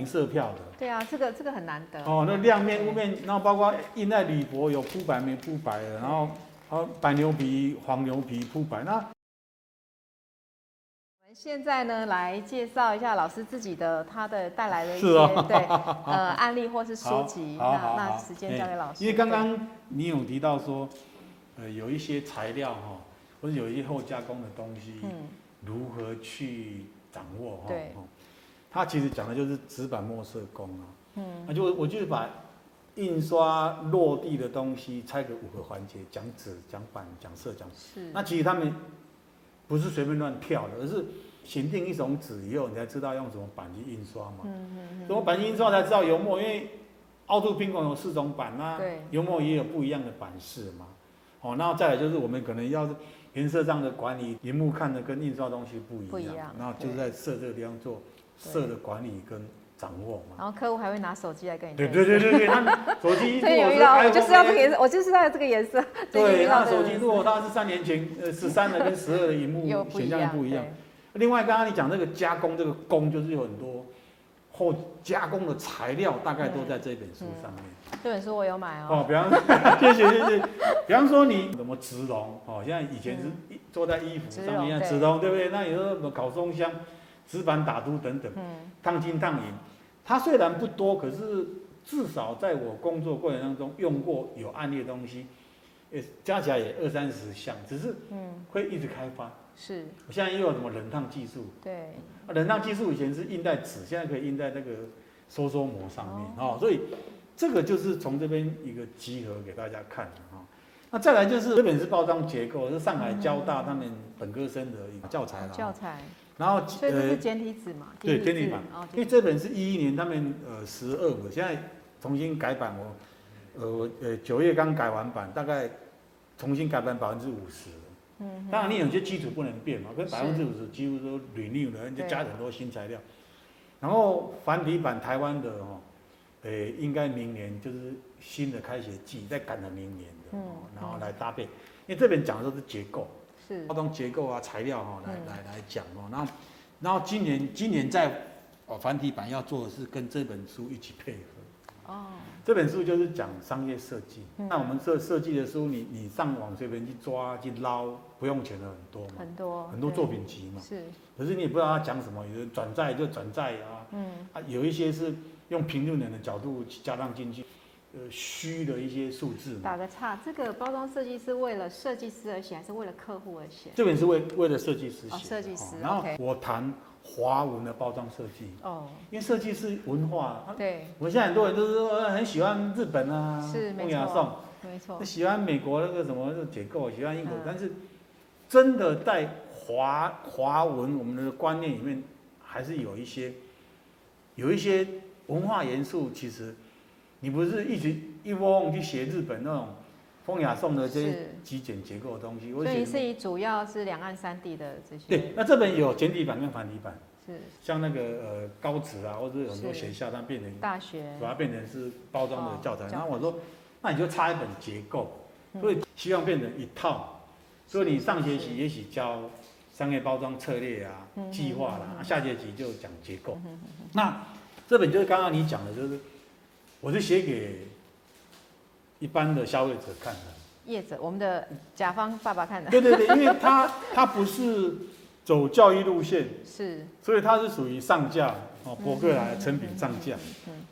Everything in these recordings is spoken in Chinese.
零色票的。对啊，这个这个很难得。哦，那亮面、雾面，然后包括印在铝箔有铺白没铺白的，然后还有白牛皮、黄牛皮铺白。那我们现在呢，来介绍一下老师自己的他的带来的一是些、哦对呃案例或是书籍。好好那好那好时间交给老师。因为刚刚你有提到说，呃，有一些材料哈，或者有一些后加工的东西，对嗯如何去掌握哈？对哦，它其实讲的就是纸板墨色工啊。嗯那就我就是把印刷落地的东西拆个五个环节，讲纸、讲板、讲色、讲是那其实他们不是随便乱跳的，而是形定一种纸以后，你才知道用什么板去印刷嘛。嗯嗯什么板去印刷才知道油墨，因为凹凸平孔有四种板啊对，油墨也有不一样的版式嘛。哦，然后再来就是我们可能要颜色上的管理，荧幕看的跟印刷东西不一样，不一样然后就是在色这个地方做色的管理跟掌握嘛。然后客户还会拿手机来跟你对对对对对 对，他们手机一所以我有是遇到， iPhone 我就是要那这个颜色，我就是要这个颜色。对，遇到那的手机如果它是三年前呃十三的跟十二的荧幕有不选一项样，不一样。另外，刚刚你讲这个加工，这个工就是有很多后加工的材料，大概都在这本书上面。对。这本书我有买哦哦，，比方谢谢谢谢，比方说你什么植绒哦，现在以前是一做在衣服上面，嗯植绒对植绒对不对？那有时候什么烤松香、纸板打凸等等，嗯，烫金烫银，它虽然不多，可是至少在我工作过程当中用过有案例的东西，也加起来也二三十项，只是嗯会一直开发。是我现在又有什么冷烫技术？对，啊冷烫技术以前是印在纸，现在可以印在那个收缩膜上面哦所以这个就是从这边一个集合给大家看的哈、那再来就是这本是包装结构，是上海交大他们本科生的一个教材啊了、教材，然后所以这呃是，简体字嘛？对简简体字版哦，因为简体这本是一一年他们呃十二五，现在重新改版我，呃我呃九月刚改完版，大概重新改版百分之五十。嗯当然，你有些基础不能变嘛，可是百分之五十几乎都 renew 了，就对加很多新材料。然后繁体版台湾的哦，诶、应该明年就是新的开学季，再赶到明年的、哦嗯然后来搭配。因为这边讲的都是结构，是包装结构啊、材料哈、哦，来嗯来来讲哦。然后，然后今年今年在哦繁体版要做的是跟这本书一起配合。哦，这本书就是讲商业设计。嗯那我们设设计的书，你你上网随便去抓去捞，不用钱的很多嘛，很多很多对作品集嘛。是可是你也不知道他讲什么，有的转载就转载啊，嗯啊，有一些是用评论人的角度去加上进去，呃，虚的一些数字嘛。打个岔，这个包装设计是为了设计师而写，还是为了客户而写？这本是为为了设计师写的、哦设计师哦然后 OK 我谈华文的包装设计，哦，因为设计是文化，啊对，我们现在很多人都是说呃很喜欢日本啊，是没东亚错颂。没错那，喜欢美国那个什么解构，喜欢英国，嗯但是真的在华华文我们的观念里面，还是有一些有一些文化元素。其实你不是一直一窝蜂去写日本那种风雅颂的这些是极简结构的东西，我所以写是以主要是两岸三地的这些，对。那这本有简体版跟繁体版，是像那个呃高职啊，或者有很多是学校，它变成大学把它变成是包装的教材哦。然后我说，那你就差一本结构，嗯所以希望变成一套。所以你上学是期也许教商业包装策略啊嗯、嗯计划嗯啦，嗯下学期就讲结构嗯嗯。那这本就是刚刚你讲的，就是我是写给一般的消费者看 的。业者，我们的甲方爸爸看的，对对对，因为它它不是走教育路线， 是所以它是属于上架哦，博客来成品上架。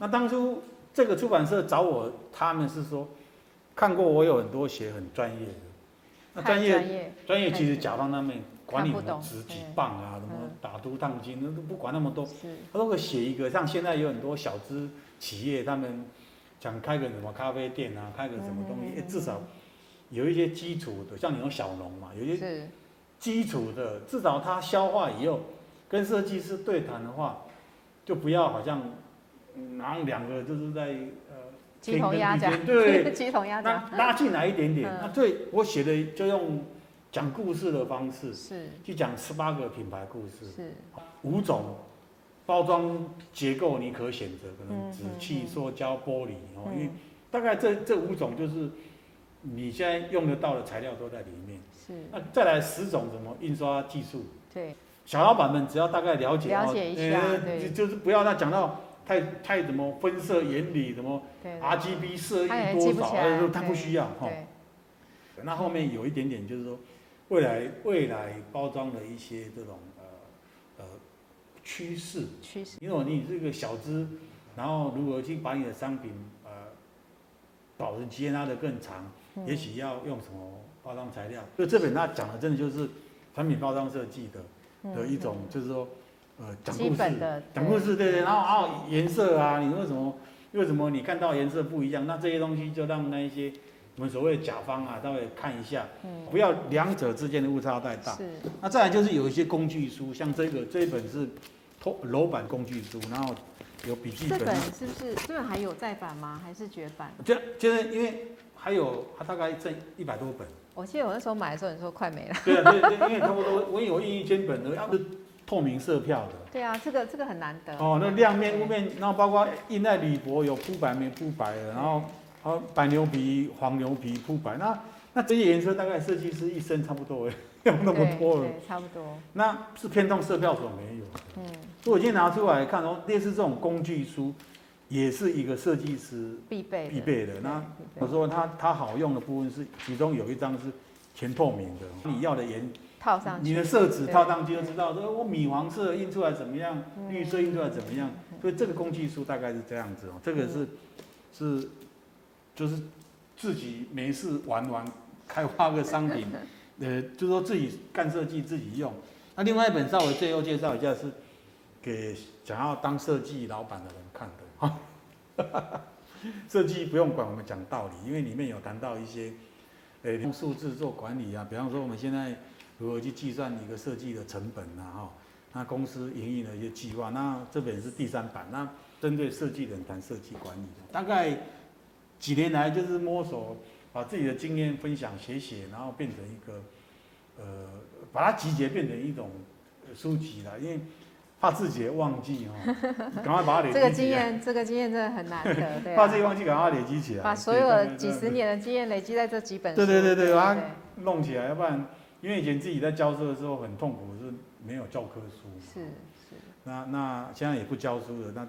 那当初这个出版社找我，他们是说看过我有很多写很专业的，那太专业专业，专业其实甲方他们管理看不什么懂值几嗯磅啊，什么嗯打凸烫金那都不管那么多，是他都会写一个。像现在有很多小资企业，他们想开个什么咖啡店啊，开个什么东嗯嗯嗯西，嗯诶至少有一些基础的，像你用小农嘛，有一些是基础的，至少它消化以后，跟设计师对谈的话，就不要好像，嗯然后两个就是在呃，鸡同鸭讲，天跟地间对 鸡同鸭讲，拉拉进来一点点。嗯那对我写的就用讲故事的方式是去讲十八个品牌故事，是五种包装结构你可选择，可能嗯纸嗯器、嗯塑胶、玻璃哦，因为嗯大概这这五种就是你现在用得到的材料都在里面。是，那再来十种什么印刷技术。对小老板们只要大概了解，了解一下呃就对就是不要那讲到太太怎么分色原理，怎么啊对 RGB 色他域也多记不少，起他来说，他不需要哦哈。对，那后面有一点点就是说，未来未来包装的一些这种呃呃趋势，趋势，因为你这个小资，然后如何去把你的商品呃保存期间拉得更长，嗯也许要用什么包装材料。就这本他讲的真的就是产品包装设计的的一种，就是说呃嗯讲基故事本的讲故事，对对，然后啊颜色啊，你为什么为什么你看到颜色不一样？那这些东西就让那一些我们所谓的甲方啊，稍微看一下，嗯，不要两者之间的误差太大。是那再来就是有一些工具书，像这个这一本是托楼板工具书，然后有笔记这本本，是不是这本还有再版吗？还是绝版？这就是因为还有它大概剩一百多本，我记得我那时候买的时候，你说快没了。对啊，对对，因为差不多我有印一千本的，要是透明色票的。对啊，这个这个很难得。哦，那亮嗯面、雾面，然后包括印在铝箔有铺白没铺白的，然后还有白牛皮、黄牛皮铺白，那那这些颜色大概设计师一生差不多哎， 用那么对多了，对，差不多。那是偏重色票所没有。嗯，所以我今天拿出来看哦，类似这种工具书，也是一个设计师必备的必备的。那对必我备说它它好用的部分是，其中有一张是全透明的，哦你要的颜套上去，你的色纸对套上去就知道，说我米黄色印出来怎么样，嗯绿色印出来怎么样。所以这个工具书大概是这样子哦，这个是是就是自己没事玩玩，开发个商品，呃，就说自己干设计自己用。那另外一本稍微最后介绍一下是给想要当设计老板的人看的哈。 设计不用管我们讲道理，因为里面有谈到一些，呃，用数字做管理啊，比方说我们现在如何去计算一个设计的成本啊，哈，那公司营运的一些计划，那这本是第三版，那针对设计人谈设计管理的，大概几年来就是摸索，把自己的经验分享写写，然后变成一个，呃，把它集结变成一种呃书籍啦，因为怕自己也忘记 哦，赶快把它累积起来。这个经验，这个经验真的很难 得，对啊把自己忘记赶快累积起来，把所有的几十年的经验累积在这几本书。对对对对对把它弄起来，要不然因为以前自己在教书的时候很痛苦，是没有教科书嘛，是是，那那现在也不教书了，那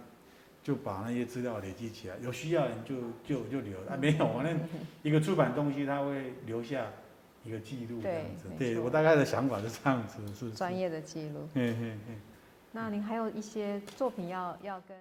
就把那些资料累积起来，有需要的人就就就留，嗯啊没有，反 正一个出版东西它会留下一个记录这样子。对没对错我大概的想法是这样子，是是专业的记录。嘿嘿嘿。那您还有一些作品要要跟。